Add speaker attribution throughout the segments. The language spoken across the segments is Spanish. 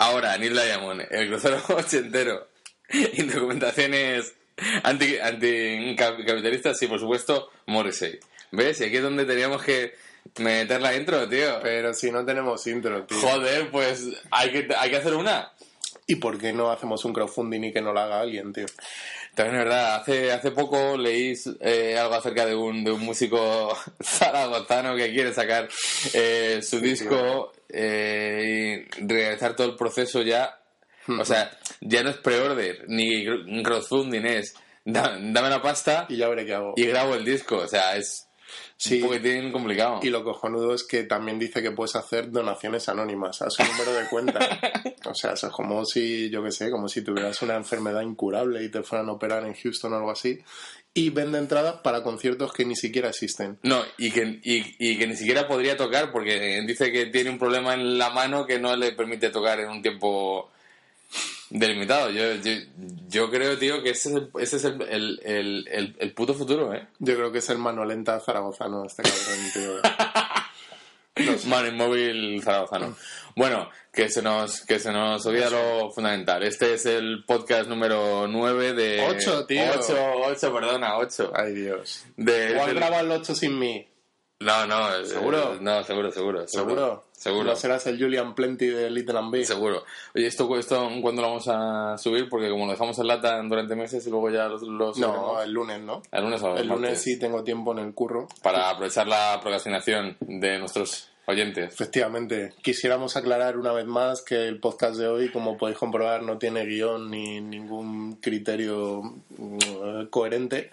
Speaker 1: Ahora, Neil Diamond, el crucero ochentero. Y documentaciones anti, anticapitalistas, sí, por supuesto, Morrissey. ¿Ves? Y aquí es donde teníamos que meter la intro, tío.
Speaker 2: Pero si no tenemos intro, tío.
Speaker 1: Joder, pues hay que, hay que hacer una.
Speaker 2: ¿Y por qué no hacemos un crowdfunding y que no lo haga alguien, tío?
Speaker 1: También es verdad, hace, hace poco leís eh, algo acerca de un, de un músico zaragozano que quiere sacar eh, su disco eh, y realizar todo el proceso ya. O sea, ya no es pre-order ni gr- crowdfunding, es da- dame la pasta
Speaker 2: Y ya veré qué hago.
Speaker 1: y grabo el disco. O sea, es
Speaker 2: Sí.
Speaker 1: un poquitín complicado.
Speaker 2: Y lo cojonudo es que también dice que puedes hacer donaciones anónimas a su número de cuenta. o sea, eso es como si, yo qué sé, como si tuvieras una enfermedad incurable y te fueran a operar en Houston o algo así. Y vende entradas para conciertos que ni siquiera existen.
Speaker 1: No, y que, y, y que ni siquiera podría tocar porque dice que tiene un problema en la mano que no le permite tocar en un tiempo delimitado. Yo, yo, yo creo, tío, que ese es, el, ese es el, el, el, el- el puto futuro, ¿eh?
Speaker 2: Yo creo que es el Manolenta zaragozano este cabrón, tío.
Speaker 1: Mano inmóvil zaragozano. Bueno, que se nos, que se nos olvida lo fundamental. Este es el podcast número 9 de...
Speaker 2: Ocho, tío.
Speaker 1: 8, 8, perdona, 8.
Speaker 2: Ay, Dios.
Speaker 1: De,
Speaker 2: ¿Cuál
Speaker 1: del-
Speaker 2: graba el 8 sin mí?
Speaker 1: No, no, eh,
Speaker 2: ¿Seguro?
Speaker 1: No, seguro, seguro.
Speaker 2: ¿Seguro?
Speaker 1: Seguro.
Speaker 2: ¿No serás el Julian Plenty de Little and Big?
Speaker 1: Seguro. Oye, ¿esto, esto cuándo lo vamos a subir? Porque como lo dejamos en lata durante meses y luego ya los... los
Speaker 2: No, el lunes, ¿no?
Speaker 1: el lunes o
Speaker 2: El lunes
Speaker 1: Ah, martes.
Speaker 2: sí tengo tiempo en el curro.
Speaker 1: Para aprovechar la procrastinación de nuestros oyentes.
Speaker 2: Efectivamente, quisiéramos aclarar una vez más que el podcast de hoy, como podéis comprobar, no tiene guión ni ningún criterio mm, coherente.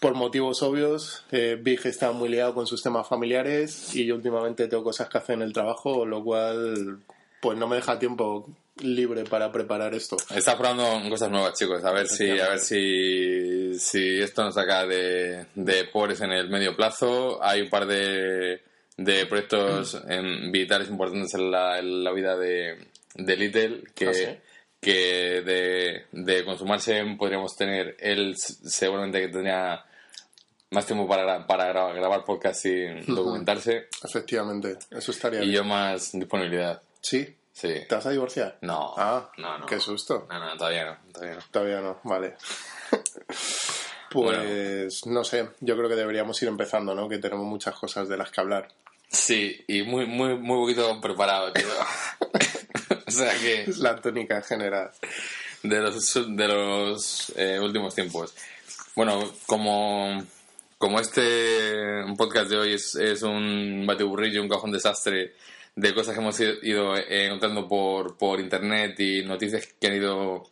Speaker 2: Por motivos obvios, eh, Big está muy liado con sus temas familiares y yo últimamente tengo cosas que hacer en el trabajo, lo cual pues no me deja tiempo libre para preparar esto.
Speaker 1: Está probando cosas nuevas, chicos. A ver si, a ver si, si esto nos saca de, de pobres en el medio plazo. Hay un par de, de proyectos em, vitales importantes en la, en la vida de, de Little que,
Speaker 2: Ah, ¿sí?
Speaker 1: que de, de consumarse podríamos tener. Él s- seguramente que tendría más tiempo para, gra- para gra- grabar podcast sin documentarse
Speaker 2: Efectivamente, eso estaría
Speaker 1: y
Speaker 2: bien.
Speaker 1: yo más disponibilidad.
Speaker 2: ¿Sí?
Speaker 1: Sí.
Speaker 2: ¿Te vas a divorciar?
Speaker 1: No.
Speaker 2: Ah,
Speaker 1: no, no.
Speaker 2: qué susto.
Speaker 1: No, no, todavía no. Todavía no.
Speaker 2: Todavía no, vale. Pues no sé, yo creo que deberíamos ir empezando, ¿no? Que tenemos muchas cosas de las que hablar.
Speaker 1: Sí, y muy, muy, muy poquito preparado, tío. o sea que,
Speaker 2: Es la tónica en general.
Speaker 1: de los, de los eh, últimos tiempos. Bueno, como, como este podcast de hoy es, es un batiburrillo, un cajón desastre de cosas que hemos ido- ido encontrando por, por internet y noticias que han ido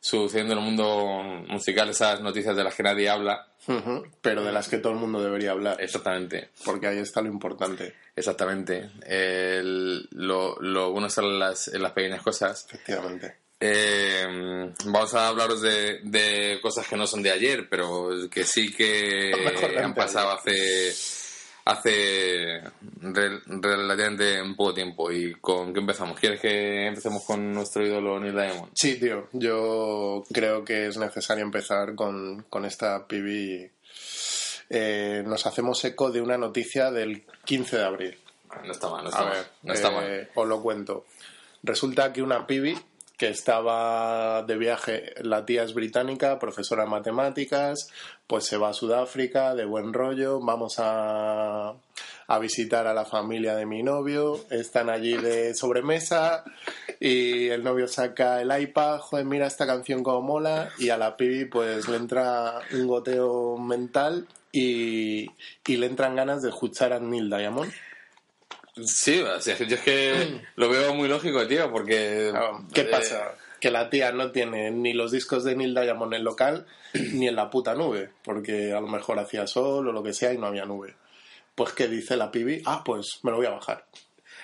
Speaker 1: sucediendo en el mundo musical, esas noticias de las que nadie habla.
Speaker 2: Ujú, Pero de las que todo el mundo debería hablar,
Speaker 1: Exactamente.
Speaker 2: porque ahí está lo importante,
Speaker 1: Exactamente. El- lo, lo bueno son las, en las pequeñas cosas.
Speaker 2: efectivamente.
Speaker 1: Eh, vamos a hablaros de, de cosas que no son de ayer, pero que sí que
Speaker 2: Mejor de
Speaker 1: han pasado hace, hace rel- relativamente poco tiempo. ¿Y con qué empezamos? ¿Quieres que empecemos con nuestro ídolo Neil Diamond?
Speaker 2: Sí, tío, yo creo que es necesario empezar con, con esta pibi. Eh, nos hacemos eco de una noticia del 15 de abril.
Speaker 1: No está mal, no
Speaker 2: A
Speaker 1: está mal.
Speaker 2: ver,
Speaker 1: no está
Speaker 2: eh,
Speaker 1: mal.
Speaker 2: os lo cuento. Resulta que una pibi que estaba de viaje, la tía es británica, profesora de matemáticas, pues se va a Sudáfrica de buen rollo, vamos a, a visitar a la familia de mi novio, están allí de sobremesa y el novio saca el iPad, joder, mira esta canción como mola y a la pibi pues le entra un goteo mental y, y le entran ganas de escuchar a Neil Diamond.
Speaker 1: Sí, o sea, yo es que lo veo muy lógico, tío, porque...
Speaker 2: Claro, ¿Qué
Speaker 1: eh,
Speaker 2: pasa? Que la tía no tiene ni los discos de Neil Diamond en local ni en la puta nube, porque a lo mejor hacía sol o lo que sea y no había nube. Pues, ¿qué dice la pibi? Ah, pues me lo voy a bajar.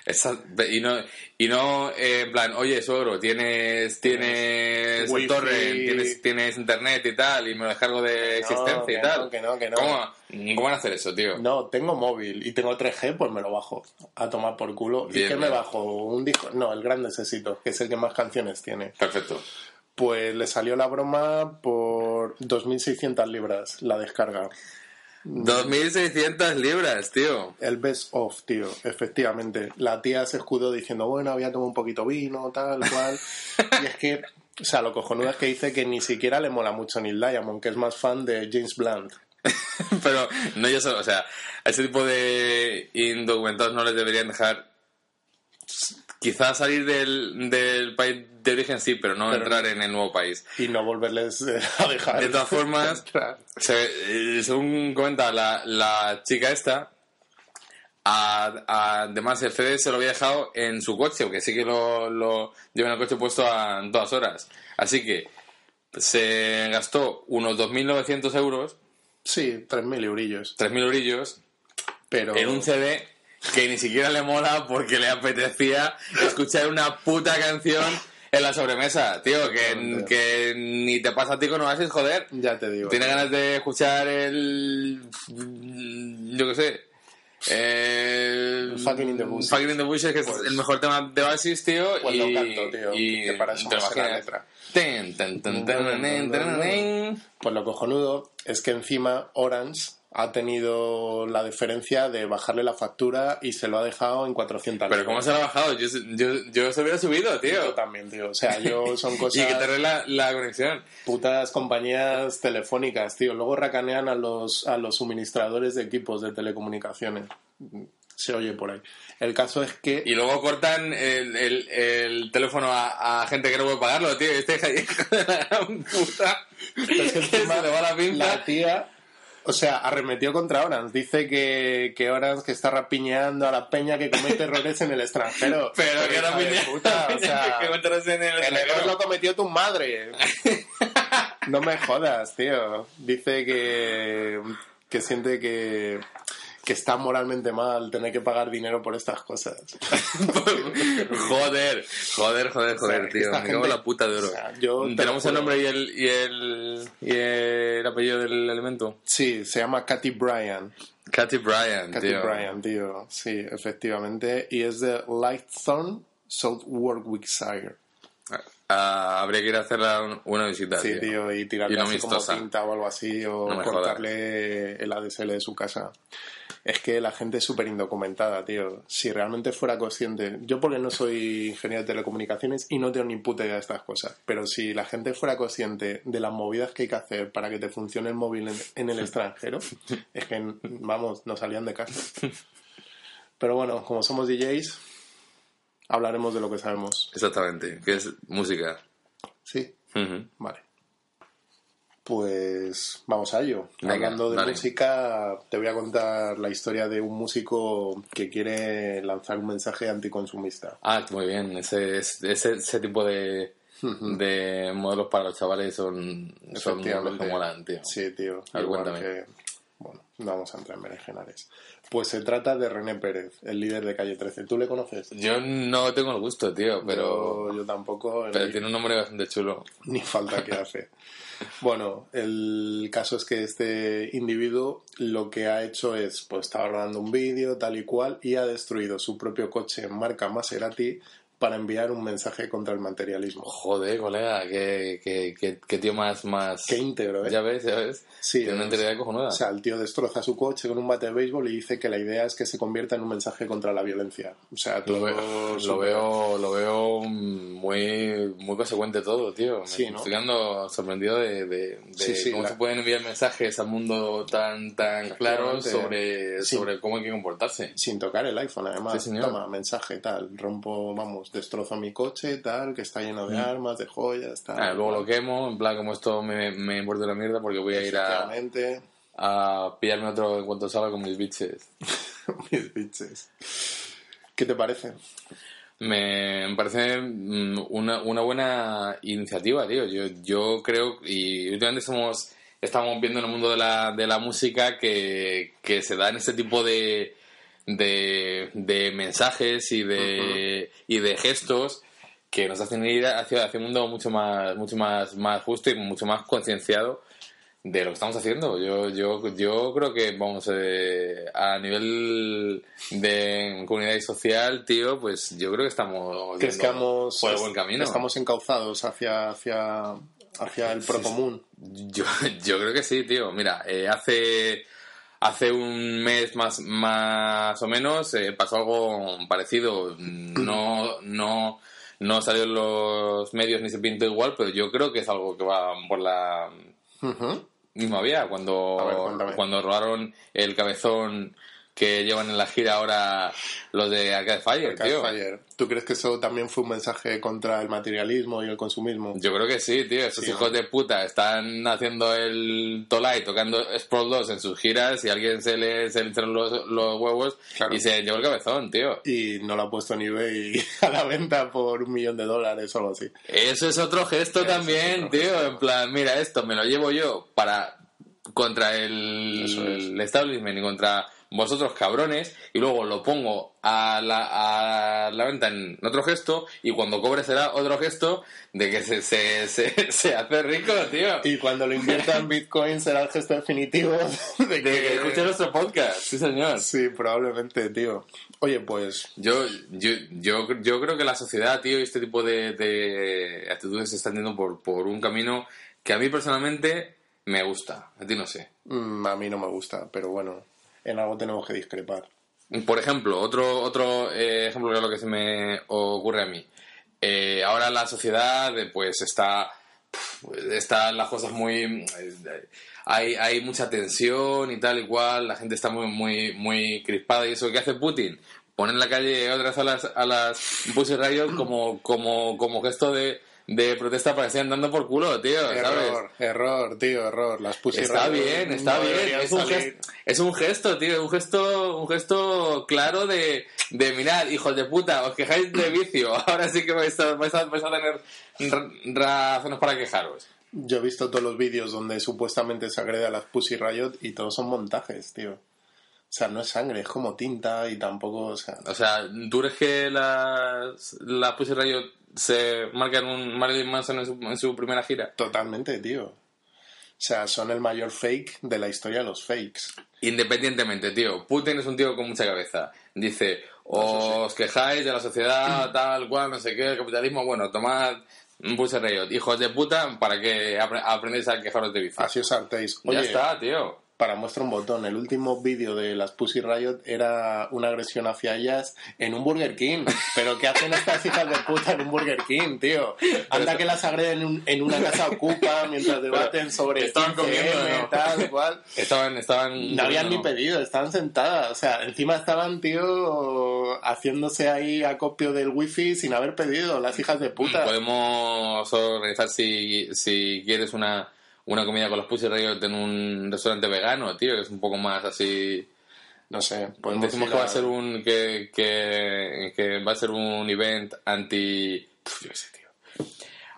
Speaker 1: Esa- y no, y no eh, en plan, oye, suegro, tienes, tienes
Speaker 2: Wifi.
Speaker 1: el torrent, tienes, tienes internet y tal, y me lo descargo de existencia
Speaker 2: que
Speaker 1: y tal.
Speaker 2: no, que no, que no.
Speaker 1: ¿Cómo, cómo van a hacer eso, tío?
Speaker 2: No, tengo móvil y tengo 3G, pues me lo bajo a tomar por culo. ¿Y
Speaker 1: Bien,
Speaker 2: qué me
Speaker 1: bien.
Speaker 2: bajo? Un disco, no, el gran necesito, que es el que más canciones tiene.
Speaker 1: Perfecto.
Speaker 2: Pues le salió la broma por 2.600 libras la descarga. Mm.
Speaker 1: 2.600 libras, tío.
Speaker 2: El best of, tío, efectivamente. La tía se escudó diciendo, bueno, había tomado un poquito vino, tal, cual. y es que, o sea, lo cojonudo es que dice que ni siquiera le mola mucho Neil Diamond, que es más fan de James Blunt.
Speaker 1: Pero no yo solo, o sea, a ese tipo de indocumentados no les deberían dejar. Quizás salir del, del país de origen sí, pero no entrar en el nuevo país.
Speaker 2: Y no volverles eh, a dejar.
Speaker 1: De todas formas,
Speaker 2: entrar.
Speaker 1: Se- eh, según comenta la, la chica esta, a- a- además el CD se lo había dejado en su coche, porque sí que lo, lo lleva en el coche puesto a en todas horas. Así que se gastó unos 2.900 euros,
Speaker 2: Sí, 3.000 eurillos.
Speaker 1: 3.000 orillos,
Speaker 2: Pero...
Speaker 1: en un CD que ni siquiera le mola porque le apetecía escuchar una puta canción en la sobremesa. Tío, que,
Speaker 2: Totalmente.
Speaker 1: que ni te pasa a ti con Oasis, joder.
Speaker 2: Ya te digo.
Speaker 1: Tiene ganas de escuchar el. Yo qué sé. El.
Speaker 2: Fucking in the Bushes.
Speaker 1: Fucking in the Bushes, que
Speaker 2: Pues-
Speaker 1: es el mejor tema de Oasis, tío.
Speaker 2: Pues
Speaker 1: y,
Speaker 2: lo canto, tío,
Speaker 1: Y
Speaker 2: que para eso
Speaker 1: te
Speaker 2: me sé la
Speaker 1: imaginas.
Speaker 2: letra.
Speaker 1: Ten, ten, ten, ten, ten, ten, ten, ten.
Speaker 2: Pues lo cojonudo es que encima Orange ha tenido la diferencia de bajarle la factura y se lo ha dejado en 400
Speaker 1: Pero ¿cómo se lo ha bajado? Yo, yo, yo se hubiera subido,
Speaker 2: Yo
Speaker 1: tío.
Speaker 2: también, tío. O sea, yo son
Speaker 1: Y que te
Speaker 2: cosas...
Speaker 1: arregla la conexión.
Speaker 2: Putas compañías telefónicas, tío. Luego racanean a los, a los suministradores de equipos de telecomunicaciones. Se oye por ahí. El caso es que...
Speaker 1: Y luego cortan el, el, el teléfono a, a gente que no puede pagarlo, tío. Este hijo de la gran puta.
Speaker 2: Pero es que
Speaker 1: se le
Speaker 2: encima
Speaker 1: va la pinza.
Speaker 2: la tía, o sea, arremetió contra Orange. Dice que, que Orange que está rapiñando a la peña que comete errores en el extranjero.
Speaker 1: Pero que era
Speaker 2: hija de
Speaker 1: puñal-
Speaker 2: puta, o sea,
Speaker 1: que me traes en el
Speaker 2: el error lo cometió tu madre. No me jodas, tío. Dice que, que siente que, que está moralmente mal tener que pagar dinero por estas cosas.
Speaker 1: joder, joder, joder,
Speaker 2: O sea,
Speaker 1: joder,
Speaker 2: que
Speaker 1: tío.
Speaker 2: esta
Speaker 1: Me cago
Speaker 2: gente-
Speaker 1: en la puta de oro.
Speaker 2: o sea, yo te
Speaker 1: Tenemos
Speaker 2: lo
Speaker 1: el
Speaker 2: juro.
Speaker 1: nombre y el, y el, y el apellido del elemento.
Speaker 2: Sí, se llama Katy Bryan.
Speaker 1: Katy Bryan,
Speaker 2: Katy
Speaker 1: tío.
Speaker 2: Bryan, tío. Sí, efectivamente. Y es de Lighton, South Warwickshire.
Speaker 1: Ah, habría que ir a hacerla un- una visita,
Speaker 2: Sí, tío, y
Speaker 1: Y
Speaker 2: tirarle
Speaker 1: una
Speaker 2: así como
Speaker 1: amistosa.
Speaker 2: tinta o algo así, o
Speaker 1: No me
Speaker 2: cortarle el ADSL de su casa. Es que la gente es súper indocumentada, tío. Si realmente fuera consciente, yo porque no soy ingeniero de telecomunicaciones y no tengo ni puta idea de estas cosas, pero si la gente fuera consciente de las movidas que hay que hacer para que te funcione el móvil en, en el extranjero, es que, vamos, no salían de casa. Pero bueno, como somos DJs, hablaremos de lo que sabemos.
Speaker 1: Exactamente, que es música.
Speaker 2: Sí.
Speaker 1: Ujú.
Speaker 2: Vale. Pues vamos a ello.
Speaker 1: Venga,
Speaker 2: Hablando de
Speaker 1: dale.
Speaker 2: música, te voy a contar la historia de un músico que quiere lanzar un mensaje anticonsumista.
Speaker 1: Ah, muy bien. Ese, ese, ese tipo de, de modelos para los chavales son, son modelos
Speaker 2: Efectivamente.
Speaker 1: que molan, tío.
Speaker 2: Sí, tío.
Speaker 1: A ver,
Speaker 2: Igual
Speaker 1: cuéntame.
Speaker 2: que- Bueno, no vamos a entrar en berenjenales. Pues se trata de René Pérez, el líder de Calle 13. ¿Tú le conoces?
Speaker 1: Yo no tengo el gusto, tío, pero...
Speaker 2: Yo- yo tampoco.
Speaker 1: Pero
Speaker 2: ni-
Speaker 1: tiene un nombre bastante chulo.
Speaker 2: ni falta que hace. Bueno, el caso es que este individuo lo que ha hecho es, pues estaba grabando un vídeo tal y cual y ha destruido su propio coche en marca Maserati para enviar un mensaje contra el materialismo.
Speaker 1: Joder, colega, qué, qué, qué- qué tío más... más...
Speaker 2: Qué íntegro, ¿eh?
Speaker 1: Ya ves, ya ves.
Speaker 2: Sí,
Speaker 1: tiene una
Speaker 2: es-
Speaker 1: integridad cojonuda.
Speaker 2: O sea, el tío destroza su coche con un bate de béisbol y dice que la idea es que se convierta en un mensaje contra la violencia. O sea,
Speaker 1: lo,
Speaker 2: todo
Speaker 1: veo, lo,
Speaker 2: súper-
Speaker 1: veo, lo veo muy, muy consecuente todo, tío. Me
Speaker 2: Sí, ¿no?
Speaker 1: Estoy quedando sorprendido de, de, de
Speaker 2: Sí, sí,
Speaker 1: cómo
Speaker 2: la-
Speaker 1: se pueden enviar mensajes al mundo tan, tan claros
Speaker 2: Efectivamente.
Speaker 1: sobre,
Speaker 2: Sí.
Speaker 1: sobre cómo hay que comportarse.
Speaker 2: sin tocar el iPhone, además.
Speaker 1: Sí, señor.
Speaker 2: Toma, mensaje, tal. Rompo, vamos, destrozo mi coche, tal, que está lleno de armas, de joyas, tal.
Speaker 1: Mm. Ah, luego lo quemo, en plan, como esto me, me importa la mierda porque voy a ir a,
Speaker 2: Efectivamente.
Speaker 1: a pillarme otro en cuanto salga con mis bitches.
Speaker 2: Mis biches. ¿Qué te parece?
Speaker 1: Pues Me me parece mm, una, una buena iniciativa, tío. Yo, yo creo, y últimamente somos, estamos viendo en el mundo de la, de la música que, que se dan este tipo de, de, de mensajes y de, y de gestos que nos hacen ir hacia, hacia un mundo mucho más, mucho más, más justo y mucho más concienciado de lo que estamos haciendo. Yo, yo, yo creo que vamos eh, a nivel de comunidad y social, tío, pues yo creo que estamos yendo
Speaker 2: que estamos,
Speaker 1: por el buen camino.
Speaker 2: estamos encauzados hacia, hacia, hacia el procomún.
Speaker 1: Yo, yo creo que sí, tío. Mira, eh, hace hace un mes más más o menos eh, pasó algo parecido. No no no salió en los medios ni se pintó igual, pero yo creo que es algo que va por la
Speaker 2: Ujú.
Speaker 1: misma vía.
Speaker 2: A ver,
Speaker 1: Cuando
Speaker 2: cuéntame.
Speaker 1: cuando robaron el cabezón que llevan en la gira ahora los de Arcade Fire, tío.
Speaker 2: Campfire, ¿Tú crees que eso también fue un mensaje contra el materialismo y el consumismo?
Speaker 1: Yo creo que sí, tío. Esos
Speaker 2: Sí,
Speaker 1: hijos de puta están haciendo el Tolai, tocando Sprawl 2 en sus giras y a alguien se le se le entraron los, los huevos
Speaker 2: Claro.
Speaker 1: y se llevó el cabezón, tío.
Speaker 2: Y no lo ha puesto en eBay a la venta por un millón de dólares o algo así.
Speaker 1: Eso es otro gesto
Speaker 2: Eso es
Speaker 1: también,
Speaker 2: otro
Speaker 1: tío.
Speaker 2: gesto.
Speaker 1: En plan, mira, esto me lo llevo yo para contra el,
Speaker 2: Eso es.
Speaker 1: el establishment y contra vosotros cabrones y luego lo pongo a la, a la venta en otro gesto y cuando cobre será otro gesto de que se, se, se, se hace rico, tío.
Speaker 2: Y cuando lo invierta en Bitcoin será el gesto definitivo de
Speaker 1: De que escuches
Speaker 2: que...
Speaker 1: nuestro podcast, sí señor.
Speaker 2: Sí, probablemente, tío. Oye, pues
Speaker 1: Yo, yo, yo, yo creo que la sociedad, tío, y este tipo de, de actitudes se están yendo por, por un camino que a mí personalmente me gusta. A ti no sé.
Speaker 2: mm, a mí no me gusta, pero bueno, en algo tenemos que discrepar.
Speaker 1: Por ejemplo, otro, otro eh, ejemplo de lo que se me ocurre a mí. Eh, ahora la sociedad eh, pues está pf, están las cosas muy eh, hay, hay mucha tensión y tal y cual, la gente está muy muy muy crispada y eso que hace Putin, poner en la calle otra vez a las a las Pussy Riot como como como gesto de, de protesta para que sigan dando por culo, tío, ¿sabes?
Speaker 2: Error, error, tío, error. Las puse
Speaker 1: Está
Speaker 2: error,
Speaker 1: bien,
Speaker 2: no
Speaker 1: está bien.
Speaker 2: deberían
Speaker 1: Es un,
Speaker 2: salir.
Speaker 1: gesto, es un gesto, tío. Un gesto, un gesto claro de, de mirad, hijos de puta, os quejáis de vicio. Ahora sí que vais a, vais a- vais a tener ra- razones para quejaros.
Speaker 2: Yo he visto todos los vídeos donde supuestamente se agrede a las Pussy Riot y todos son montajes, tío. O sea, no es sangre, es como tinta y tampoco, o sea,
Speaker 1: O sea, ¿tú crees que las, las Pussy Riot se marcan un Marilyn Manson en su, en su primera gira?
Speaker 2: totalmente, tío. O sea, son el mayor fake de la historia de los fakes.
Speaker 1: Independientemente, tío. Putin es un tío con mucha cabeza. Dice, os quejáis de la sociedad, tal cual, no sé qué, el capitalismo. Bueno, tomad un Pussy Riot. Hijos de puta, para que apre- aprendáis a quejaros de bici.
Speaker 2: Así os hartéis.
Speaker 1: ya
Speaker 2: Oye,
Speaker 1: está, tío.
Speaker 2: para muestra un botón, el último vídeo de las Pussy Riot era una agresión hacia ellas en un Burger King. Pero ¿qué hacen estas hijas de puta en un Burger King, tío? Anda que las agreden en, un- en una casa ocupa mientras debaten sobre
Speaker 1: estaban
Speaker 2: 15M,
Speaker 1: comiendo, ¿no?
Speaker 2: tal, cual.
Speaker 1: Estaban, estaban...
Speaker 2: No habían ni
Speaker 1: no.
Speaker 2: pedido, estaban sentadas. O sea, encima estaban, tío, haciéndose ahí acopio del wifi sin haber pedido, las hijas de puta.
Speaker 1: Podemos organizar si, si quieres una, una comida con los Pussy Riot en un restaurante vegano, tío, que es un poco más así...
Speaker 2: No sé, podemos
Speaker 1: Decimos
Speaker 2: ir
Speaker 1: que va
Speaker 2: a-
Speaker 1: a ser un que, que, que va a ser un event anti Pf, yo qué sé, tío.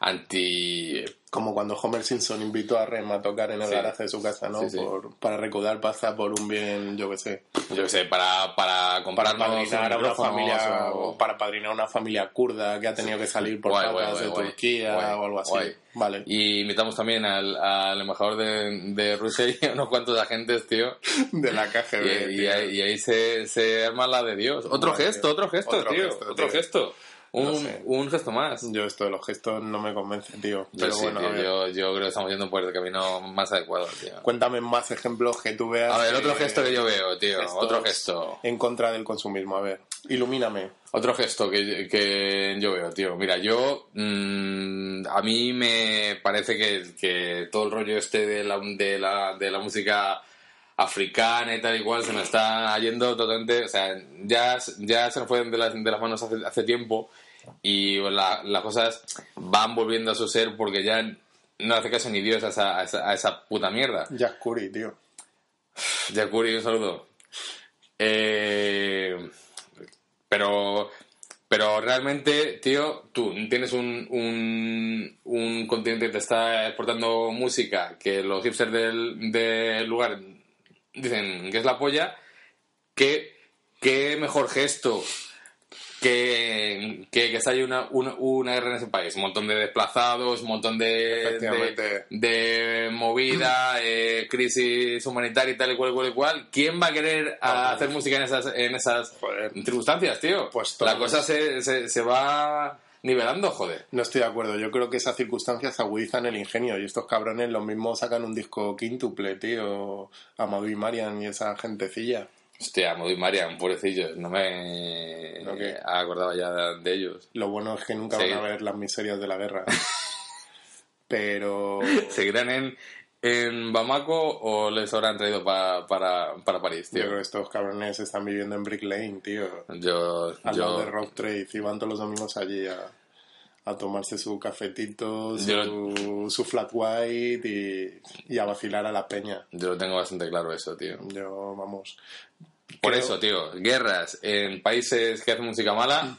Speaker 1: anti
Speaker 2: Como cuando Homer Simpson invitó a Rem a tocar en el
Speaker 1: Sí.
Speaker 2: garaje de su casa, ¿no?
Speaker 1: Sí, sí.
Speaker 2: Por- para recaudar pasta por un bien, yo qué sé.
Speaker 1: yo qué sé, para para
Speaker 2: Para
Speaker 1: comprarnos
Speaker 2: padrinar a una
Speaker 1: micrófonos
Speaker 2: familia,
Speaker 1: o-
Speaker 2: o para padrinar a una familia kurda que ha tenido que salir por
Speaker 1: Guay,
Speaker 2: patas
Speaker 1: guay,
Speaker 2: de
Speaker 1: guay, guay.
Speaker 2: Turquía
Speaker 1: Guay,
Speaker 2: o algo así.
Speaker 1: guay.
Speaker 2: Vale.
Speaker 1: y invitamos también al, al embajador de, de Rusia y a unos cuantos agentes, tío.
Speaker 2: De la
Speaker 1: Y,
Speaker 2: KGB.
Speaker 1: y
Speaker 2: tío.
Speaker 1: ahí, y ahí se, se arma la de Dios. Otro
Speaker 2: Guay,
Speaker 1: gesto,
Speaker 2: tío.
Speaker 1: otro gesto,
Speaker 2: Otro
Speaker 1: tío.
Speaker 2: gesto,
Speaker 1: otro
Speaker 2: tío.
Speaker 1: gesto. Un,
Speaker 2: No sé.
Speaker 1: un gesto más.
Speaker 2: Yo esto de los gestos no me convence, tío.
Speaker 1: Pero
Speaker 2: Pero
Speaker 1: Pues sí,
Speaker 2: bueno,
Speaker 1: tío,
Speaker 2: a ver.
Speaker 1: yo, yo creo que estamos yendo por el camino más adecuado, tío.
Speaker 2: cuéntame más ejemplos que tú veas.
Speaker 1: A ver, otro
Speaker 2: que-
Speaker 1: gesto que yo veo, tío.
Speaker 2: gestos
Speaker 1: Otro gesto.
Speaker 2: En contra del consumismo, a ver. Ilumíname.
Speaker 1: Otro gesto que, que yo veo, tío. Mira, yo. mm, a mí me parece que, que todo el rollo este de la, de la, de la música africana y tal y cual se me está yendo totalmente. O sea, ya, ya se nos fue de las, de las manos hace, hace tiempo y la- las cosas van volviendo a su ser porque ya no hace caso ni Dios a esa, a esa, a esa puta mierda.
Speaker 2: Jack Curry, tío.
Speaker 1: Yakuri, un saludo. Eh, pero, pero realmente, tío, tú tienes un, un, un continente que te está exportando música que los hipsters del, del lugar dicen que es la polla, que, ¿Qué mejor gesto que, que, que se haya una, una, una guerra en ese país? Un montón de desplazados, un montón de, de,
Speaker 2: Efectivamente.
Speaker 1: de movida, eh, crisis humanitaria y tal y cual, cual y cual. ¿Quién va a querer a hacer música en esas, en esas
Speaker 2: Joder.
Speaker 1: circunstancias, tío?
Speaker 2: Pues todos.
Speaker 1: La cosa se, se, se va nivelando, joder.
Speaker 2: No estoy de acuerdo. Yo creo que esas circunstancias agudizan el ingenio. Y estos cabrones, los mismos sacan un disco quíntuple, tío. Amado y Marian y esa gentecilla.
Speaker 1: Hostia, Moody Marian, pobrecillos, no me
Speaker 2: ¿No qué?
Speaker 1: acordaba ya de, de ellos.
Speaker 2: Lo bueno es que nunca
Speaker 1: Sí.
Speaker 2: van a ver las miserias de la guerra. Pero.
Speaker 1: ¿Seguirán en, en Bamako o les habrán traído pa- para, para París,
Speaker 2: Yo creo
Speaker 1: tío?
Speaker 2: que estos cabrones están viviendo en Brick Lane, tío.
Speaker 1: Yo,
Speaker 2: Al lado de
Speaker 1: yo,
Speaker 2: Rock Trade. Y van todos los domingos allí a, a tomarse su cafetito, su, su flat white y, y a vacilar a la peña.
Speaker 1: yo lo tengo bastante claro eso, tío.
Speaker 2: Yo, vamos.
Speaker 1: Por
Speaker 2: creo-
Speaker 1: eso, tío, guerras en países que hacen música mala,